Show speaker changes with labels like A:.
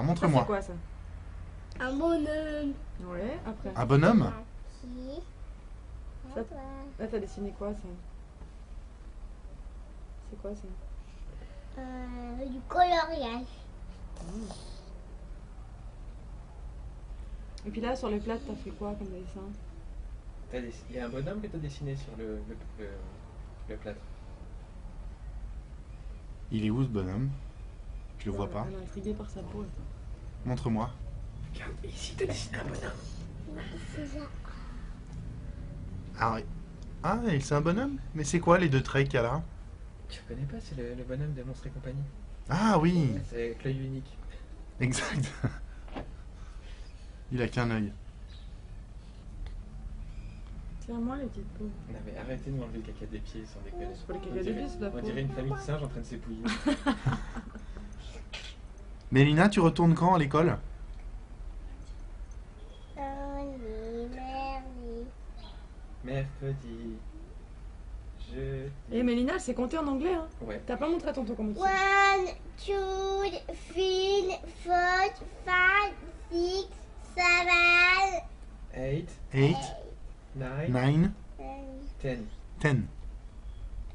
A: Ça, c'est
B: montre-moi.
A: quoi ça
C: Un bonhomme.
A: Ouais, après.
B: Un bonhomme
C: Qui
A: Ça- Là, t'as dessiné quoi ça C'est quoi ça
C: Euh, du coloriage.
A: Et puis là, sur le plat, t'as fait quoi comme dessin
D: T'as dess- Il y a un bonhomme que t'as dessiné sur le, le, le, le plâtre.
B: Il est où ce bonhomme Je le vois
A: Ah,
B: pas.
A: Elle est intriguée par sa peau.
B: Montre-moi.
D: Regarde, ici t'as dessiné un bonhomme.
C: C'est ça.
B: Ah, oui. ah et c'est un bonhomme Mais c'est quoi les deux traits qu'il y a là
D: Tu connais pas, c'est le, le bonhomme de Monstres et compagnie.
B: Ah oui
D: C'est avec l'œil unique.
B: Exact. Il a qu'un œil.
A: Tiens-moi les petites peaux.
D: Non mais arrêtez de m'enlever le caca des pieds sans déconner.
A: C'est pas le
D: On
A: caca des
D: dirait-
A: pieds, c'est la
D: On
A: peau.
D: dirait une famille de singes en train de s'épouiller.
B: Mélina, tu retournes quand à l'école
C: Tony, Mary.
D: Mercredi. Je.
A: Et Eh, Mélina, elle s'est comptée en anglais. Hein.
D: Ouais.
A: T'as pas montré à tonton comment tu fais.
C: One, two, three, four, five, six, seven,
D: Eight,
B: Eight,
D: nine,
B: nine,
C: eight.
D: ten.
B: ten.